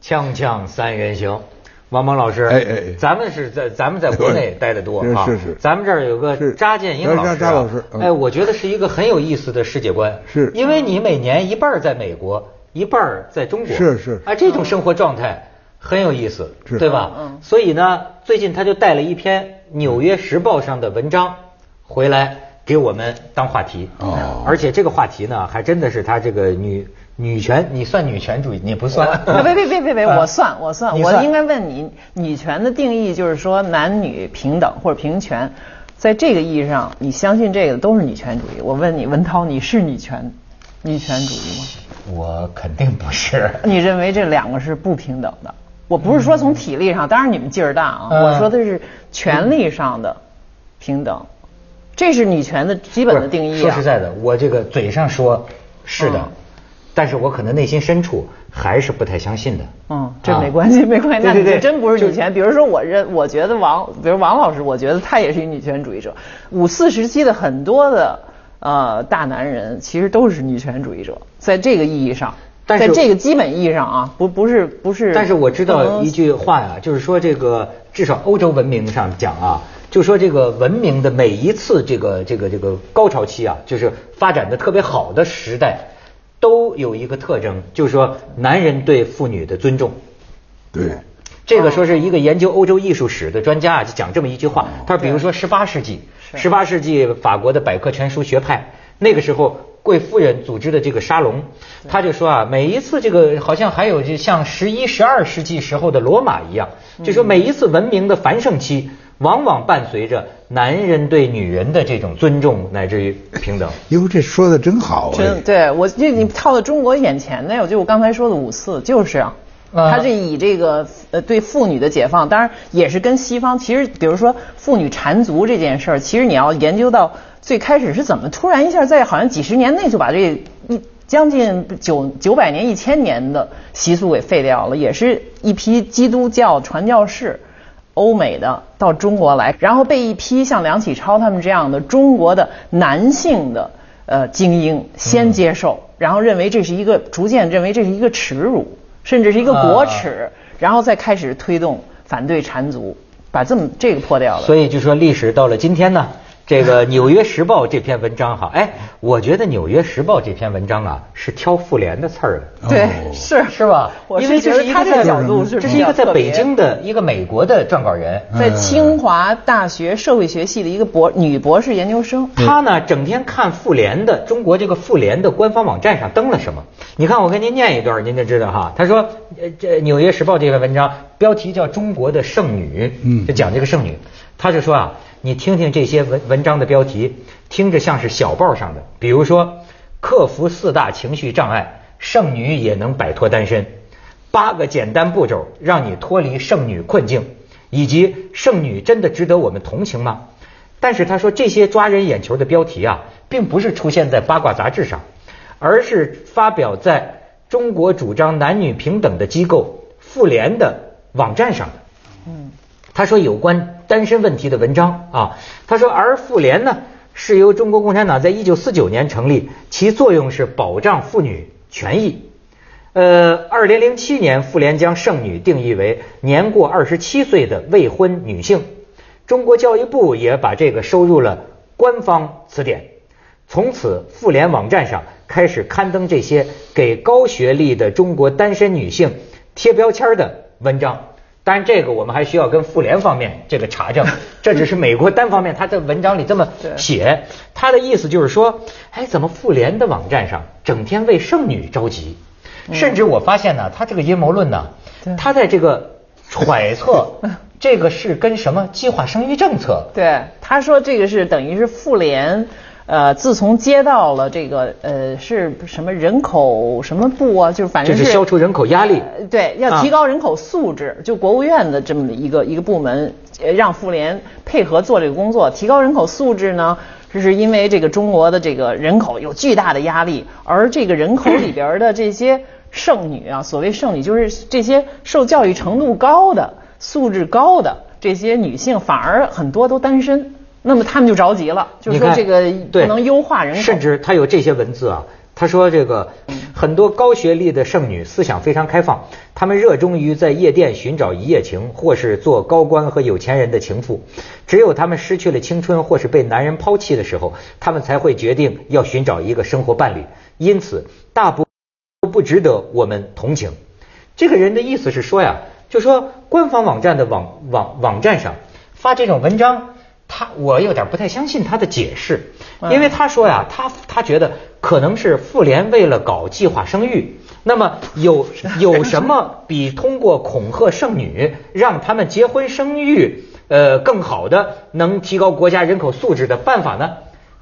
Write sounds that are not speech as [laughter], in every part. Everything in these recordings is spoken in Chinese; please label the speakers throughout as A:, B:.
A: 锵锵三人行，王蒙老师，
B: 哎哎哎
A: 咱们是在咱们在国内待得多
B: 是
A: 啊，
B: 是是
A: 咱们这儿有个
B: 是
A: 查建英老师啊、
B: 张张老师嗯
A: 哎，我觉得是一个很有意思的世界观，
B: 是
A: 因为你每年一半儿在美国，一半儿在中国，
B: 是是
A: 啊，这种生活状态很有意思，
B: 是
A: 对吧？
C: 嗯
A: 所以呢，最近他就带了一篇《纽约时报》上的文章回来给我们当话题，
B: 哦
A: 而且这个话题呢，还真的是他这个女女权，你算女权主义，你不
C: [laughs]
A: 算，
C: 啊别别别别别，
A: 啊
C: 我算我算，
A: 你
C: 我应该问你，女权的定义就是说男女平等或者平权，在这个意义上，你相信这个都是女权主义。我问你，文涛，你是女权女权主义吗？
A: 我肯定不是。
C: [laughs] 你认为这两个是不平等的？我不是说从体力上，当然你们劲儿大啊，
A: 嗯
C: 我说的是权利上的平等，这是女权的基本的定义、啊。
A: 不是说实在的，我这个嘴上说是的，
C: 嗯
A: 但是我可能内心深处还是不太相信的。
C: 嗯，这
A: 啊
C: 没关系，没关系，
A: 对
C: 那
A: 对
C: 你
A: 对，
C: 就真不是女
A: 就。
C: 权。比如说，我认，我觉得王，比如王老师，我觉得他也是一女权主义者。五四时期的很多的呃大男人，其实都是女权主义者，在这个意义上，
A: 但是
C: 在这个基本意义上啊，不不是不是。
A: 但是我知
C: 不
A: 道
C: 能
A: 一句话呀，就是说这个至少欧洲文明上讲啊，就说这个文明的每一次这个这个这个高潮期啊，就是发展的特别好的时代，都有一个特征，就是说男人对妇女的尊重。
B: 对，
A: 这个说是一个研究欧洲艺术史的专家啊，就讲这么一句话，他说，比如说十八世纪，十八世纪法国的百科全书学派，那个时候贵夫人组织的这个沙龙，他就说啊，每一次这个好像还有就像十一、十二世纪时候的罗马一样，就说每一次文明的繁盛期，往往伴随着男人对女人的这种尊重乃至于平等。
B: 哟，这说的真好啊。
C: 真对我这你套到中国眼前呢，我就我刚才说的五四就是啊。
A: 啊
C: 他是以这个呃对妇女的解放，当然也是跟西方其实，比如说妇女缠足这件事儿，其实你要研究到最开始是怎么突然一下在好像几十年内就把这一将近九九百年一千年的习俗给废掉了，也是一批基督教传教士。欧美的到中国来，然后被一批像梁启超他们这样的中国的男性的呃精英先接受，然后认为这是一个逐渐认为这是一个耻辱，甚至是一
A: 啊
C: 个国耻，然后再开始推动反对缠足，把这么这个破掉了。
A: 所以就说历史到了今天呢，这个《纽约时报》这篇文章哈，哎，我觉得《纽约时报》这篇文章啊是挑妇联的刺儿的。
C: 对
B: 哦，
C: 是
A: 是吧？
C: 我
A: 因
C: 是
A: 为这
C: 觉
A: 是
C: 得
A: 一
C: 他
A: 个
C: 这个
A: 在
C: 角度是
A: 这
C: 比
A: 是一
C: 较
A: 个在
C: 特
A: 北
C: 别
A: 京的一个美国的撰稿人，
C: 在清华大学社会学系的一个博女博士研究生，
A: 他呢整天看妇联的中国这个妇联的官方网站上登了什么？你看，我给您念一段，您就知道哈。他说，呃，这《纽约时报》这篇文章标题叫《中国的剩女》，
B: 嗯
A: 就讲这个剩女。他就说啊，你听听这些文文章的标题，听着像是小报上的，比如说克服四大情绪障碍，剩女也能摆脱单身。八个简单步骤让你脱离剩女困境，以及剩女真的值得我们同情吗？但是他说这些抓人眼球的标题啊，并不是出现在八卦杂志上，而是发表在中国主张男女平等的机构妇联的网站上的。他说有关单身问题的文章啊，他说而妇联呢是由中国共产党在一九四九年成立，其作用是保障妇女权益。呃，二零零七年，妇联将剩女定义为年过二十七岁的未婚女性。中国教育部也把这个收入了官方词典。从此，妇联网站上开始刊登这些给高学历的中国单身女性贴标签的文章。当然，这个我们还需要跟妇联方面这个查
C: [laughs]
A: 证，这只是美国单方面他在文章里这么写。他的意思就是说，哎，怎么妇联的网站上整天为剩女着急？
C: 嗯
A: 甚至我发现呢，他这个阴谋论呢，他在这个揣测
C: [laughs]
A: 这个是跟什么计划生育政策
C: 对，他说这个是等于是妇联，呃，自从接到了这个呃是什么人口什么部啊，就是反正
A: 就是消除人口压力啊
C: 呃对，要提高人口素质，就国务院的这么一个一个部门，呃让妇联配合做这个工作，提高人口素质呢。就是因为这个中国的这个人口有巨大的压力，而这个人口里边儿的这些剩女
A: 嗯
C: 啊，所谓剩女就是这些受教育程度高的、素质高的这些女性，反而很多都单身，那么她们就着急了，就是
A: 你
C: 说
A: 看
C: 这个
A: 对
C: 不能优化人口。嗯
A: 甚至他有这些文字啊，他说这个很多高学历的剩女思想非常开放，她们热衷于在夜店寻找一夜情，或是做高官和有钱人的情妇。只有她们失去了青春，或是被男人抛弃的时候，她们才会决定要寻找一个生活伴侣。因此，大部不值得我们同情。这个人的意思是说呀，就说官方网站的网网网站上发这种文章，他我有点不太相信他的解释，
C: 嗯
A: 因为他说呀，他他觉得可能是妇联为了搞计划生育，那么有有什么比通过恐吓剩女让他们结婚生育，呃，更好的能提高国家人口素质的办法呢？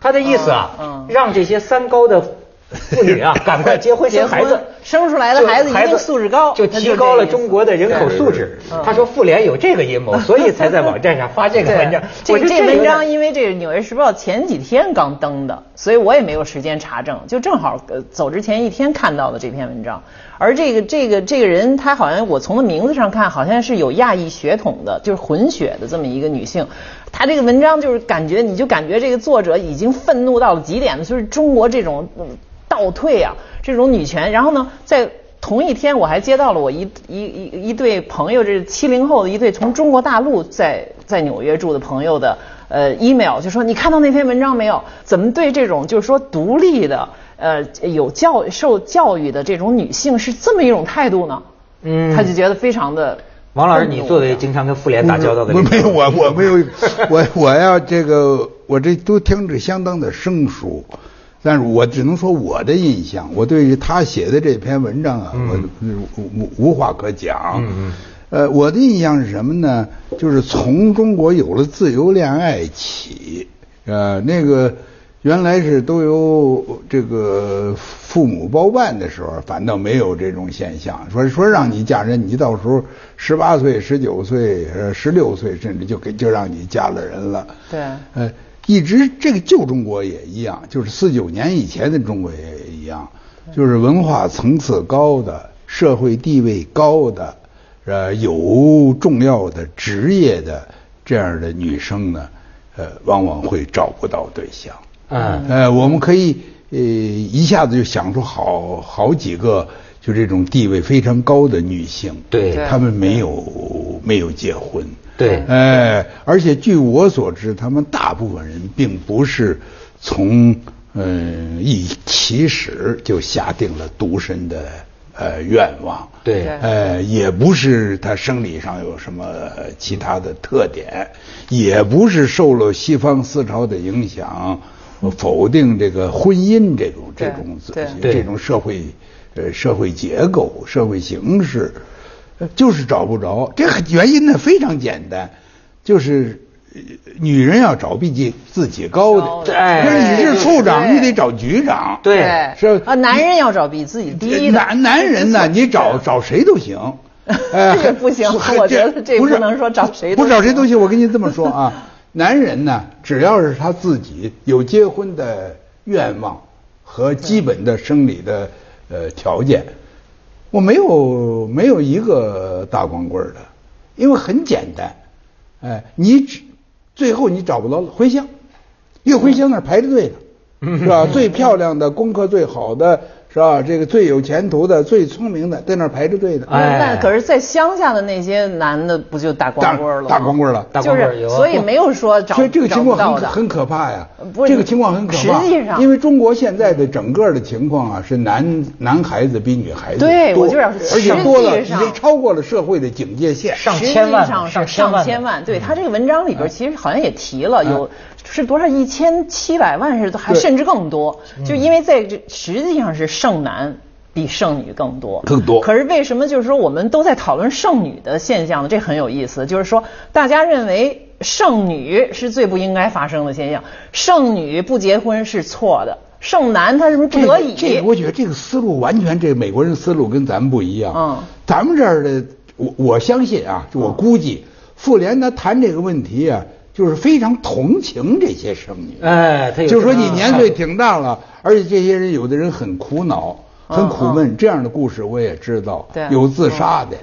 A: 他的意思啊
C: 嗯，
A: 让这些三高的妇女
C: [laughs]
A: 啊，赶快结婚
C: 结
A: 生孩子
C: 婚，生出来的
A: 就
C: 孩子一定素质高
A: 就
C: 他就
A: 提
C: 这
A: 高
C: 个
A: 了
C: 意思。
A: 中国的人口素质
B: 对对。
A: 他说妇联有这个阴谋，所以才在网站上发这个文章
C: 这
A: 我觉得
C: 这
A: 有
C: 文
A: 点
C: 章因为这个《纽约时报》前几天刚登的，所以我也没有时间查证，就正好呃走之前一天看到的这篇文章。而这个这个这个人，她好像我从他名字上看，好像是有亚裔血统的，就是混血的这么一个女性。她这个文章就是感觉，你就感觉这个作者已经愤怒到了极点了，就是中国这种、嗯倒退啊，这种女权。然后呢，在同一天，我还接到了我一一一一对朋友，这是七零后的一对从中国大陆在在纽约住的朋友的呃 email，就说你看到那篇文章没有？怎么对这种就是说独立的呃有教受教育的这种女性是这么一种态度呢？
A: 嗯
C: 他就觉得非常的。
A: [laughs] 王
C: 嗯
A: 老师，你作为经常跟妇联打交道的
B: 我
A: 领导，
B: 没有，我我没有，我我要这个，我这都听着相当的生疏，但是我只能说我的印象，我对于他写的这篇文章啊，我无无无话可讲。
A: 嗯嗯
B: 呃，我的印象是什么呢？就是从中国有了自由恋爱起，呃，那个原来是都由这个父母包办的时候，反倒没有这种现象。说说让你嫁人，你到时候十八岁、十九岁、呃十六岁，甚至就给就让你嫁了人了。
C: 对
B: 呃，一直这个旧中国也一样，就是四九年以前的中国也一样，就是文化层次高的、社会地位高的、呃有重要的职业的这样的女生呢，呃，往往会找不到对象。
A: 嗯，
B: 呃，我们可以呃一下子就想出好好几个就这种地位非常高的女性，
A: 对
C: 对
B: 她们没有没有结婚，
A: 对
B: 哎，而且据我所知，他们大部分人并不是从嗯一起始就下定了独身的呃愿望，
A: 对
C: 对
B: 呃，也不是他生理上有什么其他的特点，也不是受了西方思潮的影响，否定这个婚姻这种这
C: 对
B: 种
C: 对
A: 对
B: 这种社会呃社会结构、社会形式，呃就是找不着。这个原因呢非常简单，就是。呃女人要找比自自己高
C: 高
B: 的，
C: 的
A: 哎
B: 就是你是处长，
C: 对
B: 你得找局长，
A: 对
B: 是
C: 啊，男人要找比自己低的。
B: 男男人
C: [laughs]
B: 呢，你找找谁都行。
C: 这个不行
B: 还
C: 我觉得这
B: 不是
C: 不能说找谁都
B: 不找谁
C: 行
B: 都行。我跟您这么说啊，
C: [laughs]
B: 男人呢，只要是他自己有结婚的愿望和
C: 嗯
B: 基本的生理的呃条件，我没有没有一个大光棍儿的，因为很简单，哎，你只最后你找不着了，回乡，越回乡那儿排着队
C: [laughs]
B: 呢，是吧？最漂亮的，功课最好的，是吧？这个最有前途的，最聪明的，在那儿排着队呢。
A: 哎
C: 那可是，在乡下的那些男的不就打光棍了吗？
B: 大大光棍了
A: 大
C: 就
A: 光棍
C: 是
A: 有啊
C: 所以没有说找
B: 所以这个情
C: 找不
B: 况
C: 到
B: 很
C: 的
B: 很可怕呀
C: 呃不，是
B: 这个情况很可怕。
C: 实际上
B: 因为中国现在的整个的情况啊，是男男孩子比女孩子
C: 对
B: 多
C: 我就要说
B: 而且多了，
C: 实
B: 已
C: 际上
B: 经超过了社会的警戒线。
A: 上
C: 实际
A: 千万
C: 上是
A: 上
C: 上
A: 千万
C: 千万，
B: 嗯
C: 对他这个文章里边其实好像也提了，有是多少一千七百万是还
B: 对嗯
C: 甚至更多，就因为在这实际上是剩男。比剩女更多，
B: 更多
C: 可是为什么就是说我们都在讨论剩女的现象呢？这很有意思，就是说大家认为剩女是最不应该发生的现象，剩女不结婚是错的，剩男他是不是不
B: 这
C: 得
B: 个
C: 已？
B: 这个我觉得这个思路完全，这个美国人思路跟咱们不一样。
C: 嗯
B: 咱们这儿的，我我相信啊，就我估计，妇联他谈这个问题啊，就是非常同情这些剩女。
A: 哎，他有
B: 就说
A: 这
B: 你
A: 种
B: 年岁挺大了，而且这些人有的人很苦恼、
A: 嗯
B: 很苦闷，这样的故事我也知道，
C: 对
B: 有自杀的，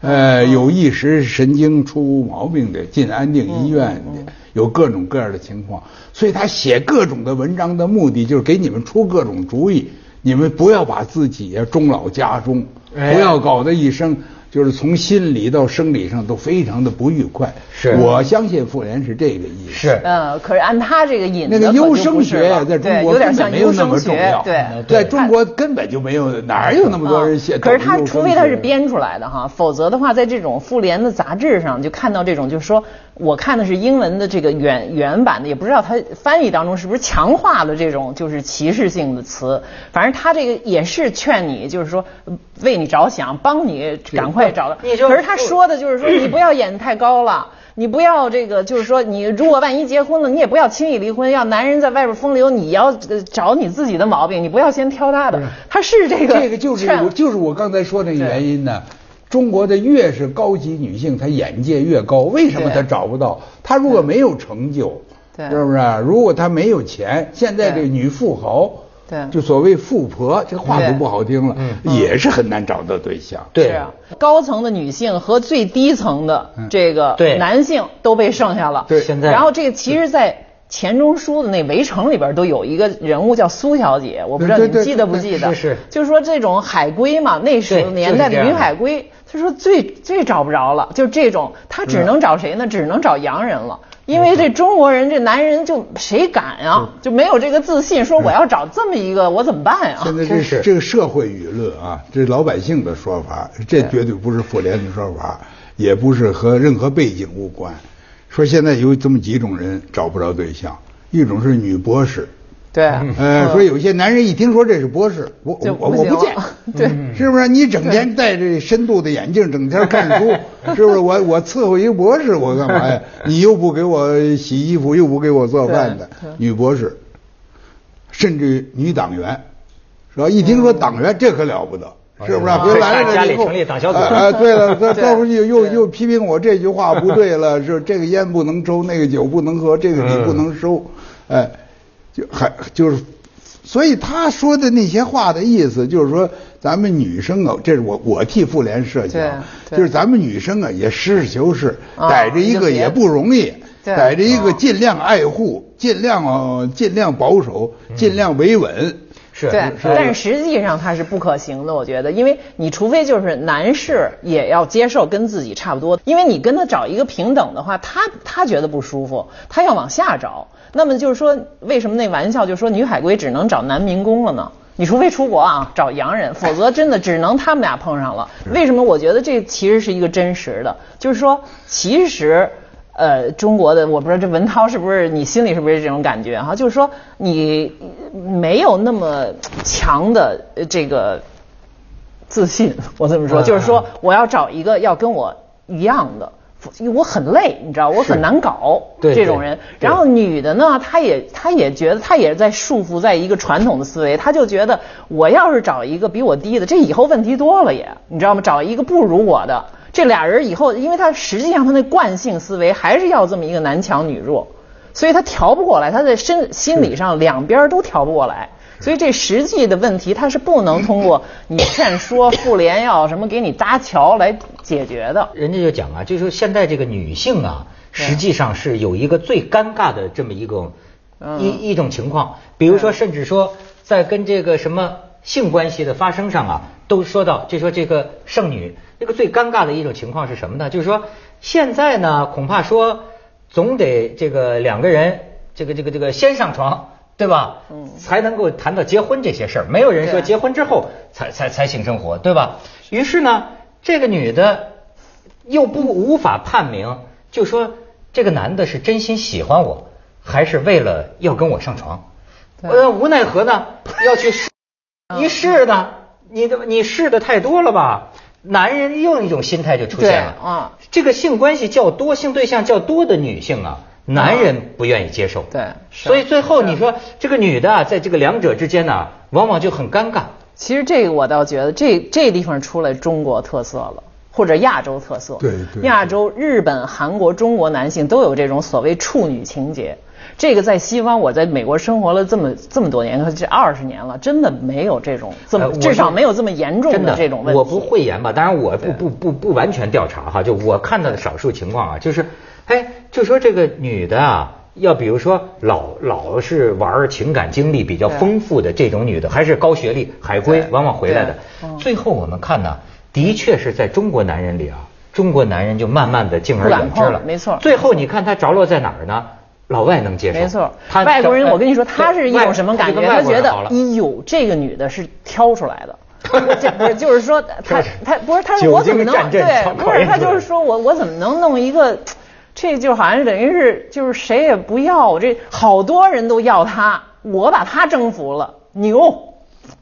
A: 嗯
B: 呃，有一时神经出毛病的，进安定医院
A: 嗯
B: 的，有各种各样的情况。所以他写各种的文章的目的就是给你们出各种主意，你们不要把自己呀终老家中，
A: 哎
B: 不要搞得一生就是从心理到生理上都非常的不愉快。
A: 是
B: 我相信傅园是这个意思。
A: 是
C: 嗯，可是按他这个引
B: 那
C: 子
B: 个
C: 可就
B: 优
C: 不
B: 生
C: 是
B: 学呀，
C: 了
B: 在中
C: 对
B: 国
C: 有点
B: 根本
C: 像
B: 没有
C: 优
B: 那
C: 生
B: 么重
C: 学
B: 要，，嗯在中国根本就没有哪有那么多人写。
C: 啊嗯可是他
B: 懂优
C: 除
B: 生
C: 非他是
B: 学
C: 编出来的哈，否则的话，在这种妇联的杂志上就看到这种，就是说我看的是英文的这个原原版的，也不知道他翻译当中是不是强化了这种就是歧视性的词。反正他这个也是劝你，就是说呃为你着想，帮
B: [laughs]
C: 你赶快找到。
A: 你就
C: 可是他说的就是说
B: 嗯
C: 你不要演得太高了。你不要这个，就是说，你如果万一结婚了，你也不要轻易离婚。要男人在外边风流，你要呃找你自己的毛病，你不要先挑他的。他是啊这个劝，
B: 这个就是我就是我刚才说那个原因呢。中国的越是高级女性，她眼界越高。为什么她
C: 对
B: 找不到？她如果没有成就，
C: 对
B: 是不是？如果她没有钱，现在这
C: 对
B: 个女富豪，
C: 对
B: 就所谓富婆，这话
C: 对嗯
B: 都不好听了，也是很难找到对象。
A: 对
C: 是啊，高层的女性和最低层的这个
A: 对
C: 男性都被剩下了。
B: 对
A: 现在
C: 然后这个其实，在钱钟书的那《围城》里边都有一个人物叫苏小姐，我不知道
B: 对
C: 你
B: 对对
C: 们记得不记得？
A: 是是
C: 就是说这种海归嘛，那时候
A: 对
C: 年代
A: 就是这样
C: 的女
A: 的
C: 海归，她说最最找不着了，就这种，她只能找谁呢？只能找洋人了。因为这中国人，这男人就谁敢啊，就没有这个自信，说我要找这么一个，我怎么办呀？
B: 现在
A: 真
B: 这
A: 是
B: 这个社会舆论啊，这老百姓的说法，这绝对不是妇联的说法，也不是和任何背景无关。说现在有这么几种人找不着对象，一种是女博士，
C: 对，啊
B: [laughs] 呃，说有些男人一听说这是博士，我
C: 嗯就
B: 我我
C: 不行
B: 不见
C: 了， [laughs] 对
A: 嗯
B: 是不是？你整天戴着深度的眼镜，整天看书， [laughs] 是不是？我我伺候一个博士，我干
C: [laughs]
B: 嘛呀？你又不给我洗衣服，又不给我做饭的
C: 对对
B: 女博士，甚至于女党员，是吧？一听说党员，这可了不得。是不是？
A: 啊
B: 回来了
A: 家
B: 以
A: 里
B: 后
A: 成立党小组
B: 哎哎对了，到
C: 对
B: 到时候又又
C: 对
B: 又批评我这句话不对了，是这个烟不能抽，那个酒不能喝，这个你不能收，
C: 嗯
B: 哎，就还就是，所以他说的那些话的意思就是说，咱们女生啊，这是我我替妇联设想，
C: 对对
B: 就是咱们女生啊也实事求是，
C: 啊
B: 逮着一个也不容易，
C: 对
B: 逮着一个尽量爱护，尽量呃尽量保守，
C: 嗯
B: 尽量维稳，
A: 是嗯
C: 对，
A: 是
C: 但是实际上它是不可行的，我觉得，因为你除非就是男士也要接受跟自己差不多，因为你跟他找一个平等的话，他他觉得不舒服，他要往下找。那么就是说，为什么那玩笑就说女海归只能找男民工了呢？你除非出国啊，找洋人，否则真的只能他们俩碰上了。为什么？我觉得这其实是一个真实的，就是说，其实。呃，中国的我不知道这文涛是不是你心里是不是这种感觉哈、就是说你没有那么强的呃这个自信， [laughs] 我这么说，
A: 嗯
C: 就是说我要找一个要跟我一样的，我很累，你知道，我很难搞
A: 对
C: 这种人。
A: 对
C: 然后女的呢，她也她也觉得她也在束缚在一个传统的思维，她就觉得我要是找一个比我低的，这以后问题多了也，你知道吗？找一个不如我的，这俩人以后，因为她实际上她那惯性思维还是要这么一个男强女弱，所以她调不过来，她在身心理上两边都调不过来。所以这实际的问题，它是不能通过你劝说妇联要什么给你搭桥来解决的。
A: 人家就讲啊，就说现在这个女性啊，实际上是有一个最尴尬的这么一种
C: 嗯
A: 一一种情况，比如说，甚至说在跟这个什么性关系的发生上啊，都说到就说这个剩女那个最尴尬的一种情况是什么呢？就是说现在呢，恐怕说总得这个两个人这个这个这个先上床。对吧？嗯，才能够谈到结婚这些事儿。没有人说
C: 对
A: 结婚之后才才才性生活，对吧？于是呢，这个女的又不无法判明，就说这个男的是真心喜欢我，还是为了要跟我上床？
C: 对嗯
A: 呃，无奈何呢，要去
C: [laughs]
A: 试，一试呢，你的你试的太多了吧？男人又一种心态就出现了
C: 对啊
A: 这个性关系较多、性对象较多的女性啊，男人不愿意接受，
C: 对是啊
A: 所以最后你说这个女的啊，在这个两者之间呢、啊往往就很尴尬。
C: 其实这个我倒觉得这这地方出来中国特色了，或者亚洲特色。
B: 对对
C: 亚洲、日本、韩国、中国男性都有这种所谓处女情节。这个在西方，我在美国生活了这么这么多年，这二十年了，真的没有这种这么、
A: 呃我
C: 至少没有这么严重
A: 真的
C: 这种问题。
A: 我不讳言吧，当然我不不不不完全调查哈，就我看到的少数情况啊，就是，哎，就说这个女的啊，要比如说老老是玩情感经历比较丰富的这种女的，还是高学历海归，
C: 对
A: 往往回来的
C: 对嗯。
A: 最后我们看呢，的确是在中国男人里啊，中国男人就慢慢的敬而
C: 不敢
A: 远之了，
C: 碰没错
A: 最后你看他着落在哪儿呢？老外能接受，
C: 没错，
A: 他
C: 外国人，
A: 他
C: 我跟你说，
A: 对
C: 他是一种什么
A: 外
C: 感
A: 就跟
C: 觉？他
A: 外国
C: 觉
A: 人
C: 得
A: 好了，
C: 哎呦，这个女的是挑出来的。
A: [laughs]
C: 这不是就是说他他不是他说我怎么能
A: 久经战阵
C: 对
A: 考
C: 不是
A: 验
C: 他
A: 出来
C: 就是说我我怎么能弄一个，这就好像等于是就是谁也不要，这好多人都要他，我把他征服了，牛。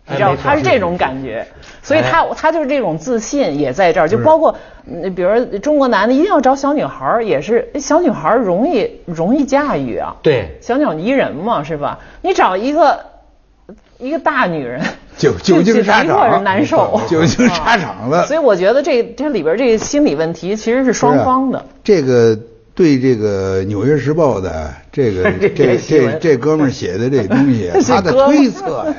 C: 你知道
A: 哎没
C: 吗
A: 错
C: 他是这种感觉，所以
A: 哎
C: 哦他他就是这种自信也在这儿，就包括嗯比如说中国男的一定要找小女孩儿，也是哎小女孩儿容易容易驾驭啊，
A: 对，
C: 小鸟依人嘛，是吧？你找一个一个大女
B: [laughs]
C: 人，
B: 久久
C: 就
B: 经
C: 就
B: 沙
C: 一块是
B: 场，[laughs]
C: 难受，
B: 久经
C: 啊
B: 沙场了。
C: 所以我觉得这这里边这个心理问题其实是双方的。，
B: 啊这个对这个《纽约时报》的这个
A: 这
B: 这
A: 篇新
B: 这
A: 闻
B: 这哥们儿写的这东西
C: [laughs] 这
B: 他的
C: 哥们儿
B: 推测呀，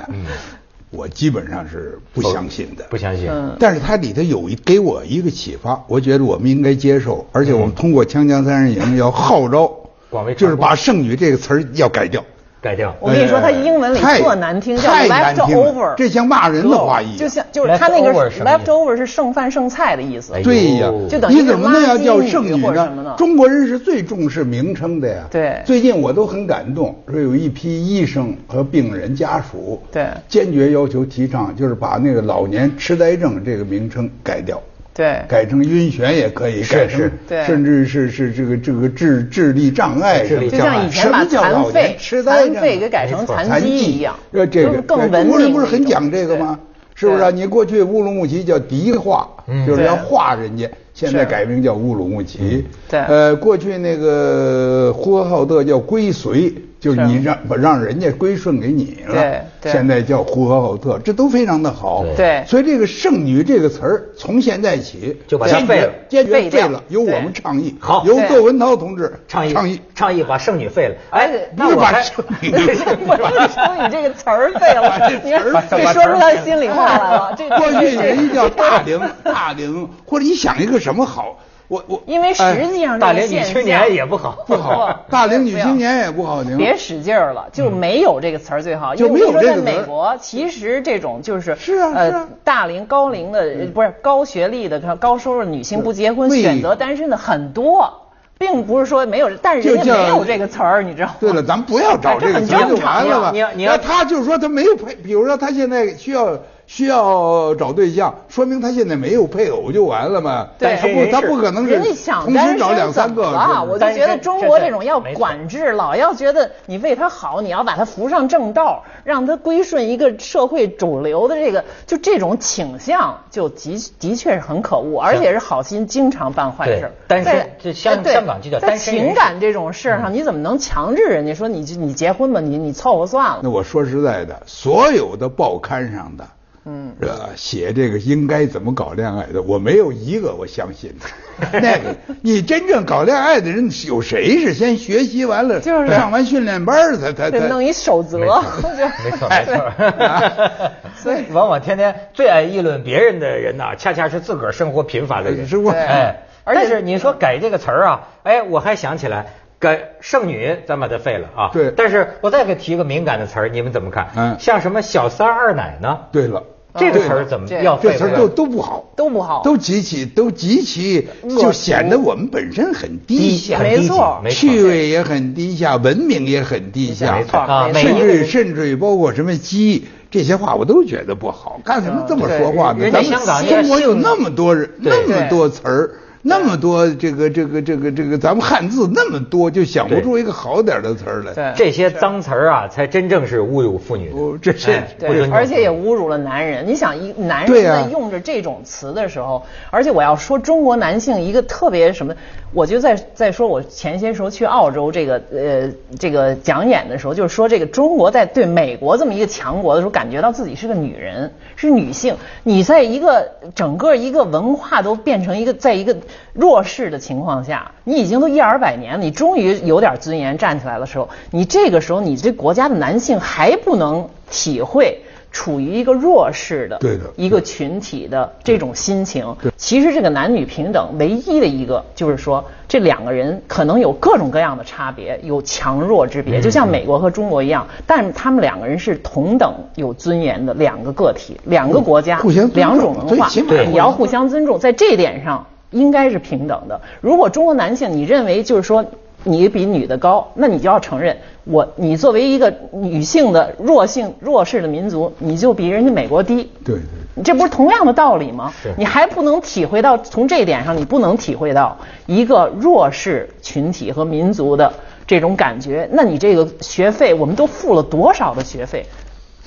B: 我基本上是不相信的。
A: 嗯不相信，
C: 嗯
B: 但是它里头有一给我一个启发，我觉得我们应该接受，而且我们通过《锵锵三人行》要号召
A: 嗯广为传播
B: 就是把“剩女”这个词儿要改掉。
A: 改掉。
C: 我跟你说，他英文里
B: 太
C: 特难听，叫
B: 哎太难
C: left
B: 听了
C: over，
B: 这像骂人的话一样
C: 就像就是他那
A: Leftover
C: 个
A: 什么意
C: left
A: 思
C: over 是剩饭剩菜的意思
A: 哎。呦
B: 对呀，
A: 就
C: 等于
B: 你
C: 是
B: 怎么那样叫
C: 垃圾
B: 剩
C: 女
B: 女
C: 或者什么呢
B: 呢？中国人是最重视名称的呀。
C: 对
B: 最近我都很感动，说有一批医生和病人家属，
C: 对
B: 坚决要求提倡，就是把那个老年痴呆症这个名称改掉。
C: 对，
B: 改成晕眩也可以，
A: 是
B: 改成
A: 是
C: 对
B: 甚至是是这个这个智智力障碍什么的，
A: 智
C: 就
A: 力障
C: 像
A: 碍
C: 以前把
B: 什么叫
C: 残
B: 老
C: 废
B: 年痴呆症啊
C: 残废给改成
A: 没错
C: 残疾一样，
B: 呃，这
C: 就
B: 个
C: 是更文明
B: 不
C: 的一
B: 是
C: 种。
B: 不是很讲这个吗？是不是啊？
C: 对
B: 你过去乌鲁木齐叫迪化，
A: 嗯
B: 就是要
C: 对
B: 化人家，现在
C: 是嗯
B: 改名叫乌鲁木齐。
C: 对
B: 呃，过去那个呼和浩特叫归绥，就是
C: 是
B: 你让把让人家归顺给你了。
C: 对对
B: 现在叫呼和浩特，这都非常的好。
C: 对
B: 所以这个“剩女”这个词儿，从现在起
A: 就把它
B: 坚
A: 废
B: 决
A: 了
B: 坚决
C: 废掉
B: 了，由我
C: 对
B: 们倡议。
A: 好
B: 由
C: 对
B: 窦文涛同志
A: 倡议
B: 倡议。
A: 倡议把剩女废了，哎
C: 哎，
A: 那
B: 不是
A: 我
B: 把
A: 还
B: 剩
A: [laughs]
B: 女
C: [laughs] 我是说你这个词儿废
B: [laughs]
C: 了，
B: 哎
C: 你看这说出他的心里话来了。这
B: 过
C: 这
B: 去
C: 这
B: 人家叫大龄大龄，或者你想一个什么好，我我
C: 因为
B: 哎
C: 实际上这
A: 大
C: 个
A: 龄女
C: 现
A: 青
C: 象
A: 年也不好，
B: 不好，大龄女青年也不好听。
C: 别使劲儿了，就没有这个词儿最好。
B: 嗯就
C: 因为
B: 没有
C: 我跟你
B: 这
C: 说，
B: 个
C: 在
B: 词儿
C: 美国，其实这种就是
B: 是啊是啊嗯
C: 呃，大龄、高龄的，呃不是高学历的、高收入的女性不结婚，
B: 对
C: 选择单身的很多，并不是说没有，但是
B: 就
C: 人家
B: 叫
C: 没有这个词儿，你知道吗？哎
B: 对了，咱不要找这个词儿就完了吧。
A: 你要你要
B: 他就是说他没有配，比如说他现在需要需要找对象，说明他现在没有配偶就完了嘛。
C: 对
B: 他不他不可能是
C: 人家想
B: 同
C: 单
B: 时
C: 身
B: 找两
C: 怎
B: 三
C: 么
B: 个。是
C: 了？
B: 不
C: 我
B: 是
C: 就
A: 单
C: 觉得
A: 身
C: 中
A: 这
C: 国
A: 这
C: 这种要
A: 没错
C: 管制，老要觉得你为他好，你要把他扶上正道，让他归顺一个社会主流的这个，就这种倾向，就的的确是很可恶，而且是好心经常办坏
A: 对
C: 事儿。
A: 单身
C: 在
A: 这香
C: 哎对
A: 香港就叫
C: 在
A: 单身人
C: 情
A: 士嗯
C: 感这种事儿上，你怎么能强制人家说你就你结婚吧，你你凑合算
B: 那
C: 了？
B: 我说实在的，所有的报刊上的，嗯，呃，写这个应该怎么搞恋爱的，我没有一个我相信的。 [laughs] 那个，你真正搞恋爱的人有谁是先学习完了，
C: 就是
B: 上完训练班儿才才
C: 得
B: 才，
C: 弄一守则， [laughs] 就
A: [laughs] 没错没错 [laughs] 所以往往天天最爱议论别人的人呐、恰恰是自个儿生活贫乏的人。
B: 是我
C: 对
A: 哎，
C: 而且
A: 但是你说改这个词儿啊，哎，我还想起来。改剩女，咱把它废了啊。
B: 对
A: 但是我再给提个敏感的词儿，你们怎么看？
B: 嗯
A: 像什么小三儿二奶呢？
B: 对了，
A: 这个
B: 对
A: 词儿
B: 了
A: 怎么
C: 这
A: 要废
B: 这
A: 了？
B: 词儿都都不好，
C: 都不好。
B: 都极其都极其就显得我们本身很低下，
A: 很
C: 没
A: 低级
C: 错
A: 没错
B: 趣味也很低下，文明也很低下，
A: 没错啊每
B: 甚
A: 一个
B: 至
A: 人
B: 甚至于包括什么鸡这些话，我都觉得不好。干什么这么说话呢？
A: 人
B: 咱
A: 家
B: 们
A: 香港人家
B: 中国有
A: 性
B: 那么多人，
A: 对
B: 那么
C: 对
B: 多词儿。那么多这个这个这个这个，咱们汉字那么多，就想不
A: 对
B: 出一个好点儿的词儿来。
C: 对
A: 这些脏词儿啊，才真正是侮辱妇女的。
B: 哦这是
A: 哎不
C: 对
A: 尊，重
C: 而且也侮辱了男人。你想，一男
B: 对
C: 人
B: 呀
C: 在用着这种词的时候，而且我要说中国男性一个特别什么，我就在在说，我前些时候去澳洲这个呃这个讲演的时候，就是说这个中国在对美国这么一个强国的时候，感觉到自己是个女人，是女性。你在一个整个一个文化都变成一个在一个弱势的情况下，你已经都一二百年了，你终于有点尊严站起来的时候，你这个时候你这国家的男性还不能体会。处于一个弱势的，
B: 对的
C: 一个群体的这种心情。其实这个男女平等唯一的一个就是说，这两个人可能有各种各样的差别，有强弱之
B: 嗯
C: 别，就像美国和中国一样，但他们两个人是同等有尊严的两个个体，两个国家，
B: 互相尊重
C: 两种文化，
B: 最起码
A: 对
C: 也要互相尊重，在这一点上应该是平等的。如果中国男性你认为就是说你比女的高，那你就要承认我你作为一个女性的弱性弱势的民族，你就比人家美国低。
B: 对对
C: 你这不是同样的道理吗
A: 是？
C: 你还不能体会到，从这一点上，你不能体会到一个弱势群体和民族的这种感觉。那你这个学费，我们都付了多少的学费？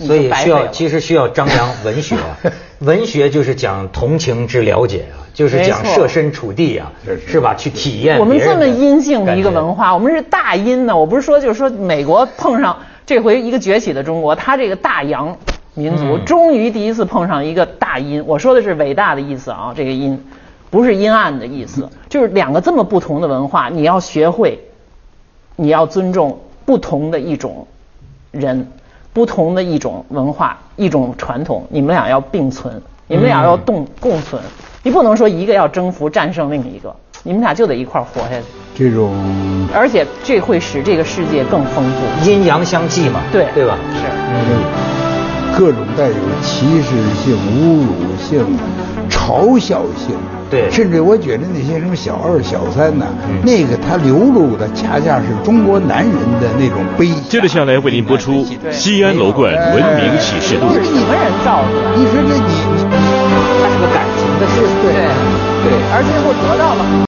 C: 你就
A: 所以
C: 白
A: 需
C: 费
A: 要
C: 了
A: 其实需要张扬文学
C: [laughs]
A: 啊，文学就是讲同情之了解啊，就是讲
C: 没错
A: 设身处地啊
B: 是，是
A: 是吧？去体验
C: 我们
A: 别
C: 这
A: 人
C: 么
A: 的
C: 阴性的一个
A: 感觉
C: 文化，我们是大阴呢。我不是说，就是说美国碰上这回一个崛起的中国，它这个大洋民族
A: 嗯
C: 终于第一次碰上一个大阴。我说的是伟大的意思啊，这个阴不是阴暗的意
A: 嗯
C: 思，就是两个这么不同的文化，你要学会，你要尊重不同的一种人，不同的一种文化、一种传统，你们俩要并存，你们俩要
A: 嗯
C: 共共存，你不能说一个要征服战胜另一个，你们俩就得一块儿活下去，
B: 这种
C: 而且这会使这个世界更丰富。
A: 阴阳相济嘛，
C: 对
A: 对吧？
C: 是
A: 嗯，
B: 各种带有歧视性、侮辱性、嘲笑性，
A: 对
B: 甚至我觉得那些什么小二、小三呐、
A: 嗯
B: 那个他流露的恰恰是中国男人的那种悲。
D: 接着下来为您播出《西安楼冠文明启示
C: 都》。
D: 录
C: 是你们人造的，
B: 你说这你你
A: 它是个感情的事。
C: 对，
B: 对
C: 而最后得到了。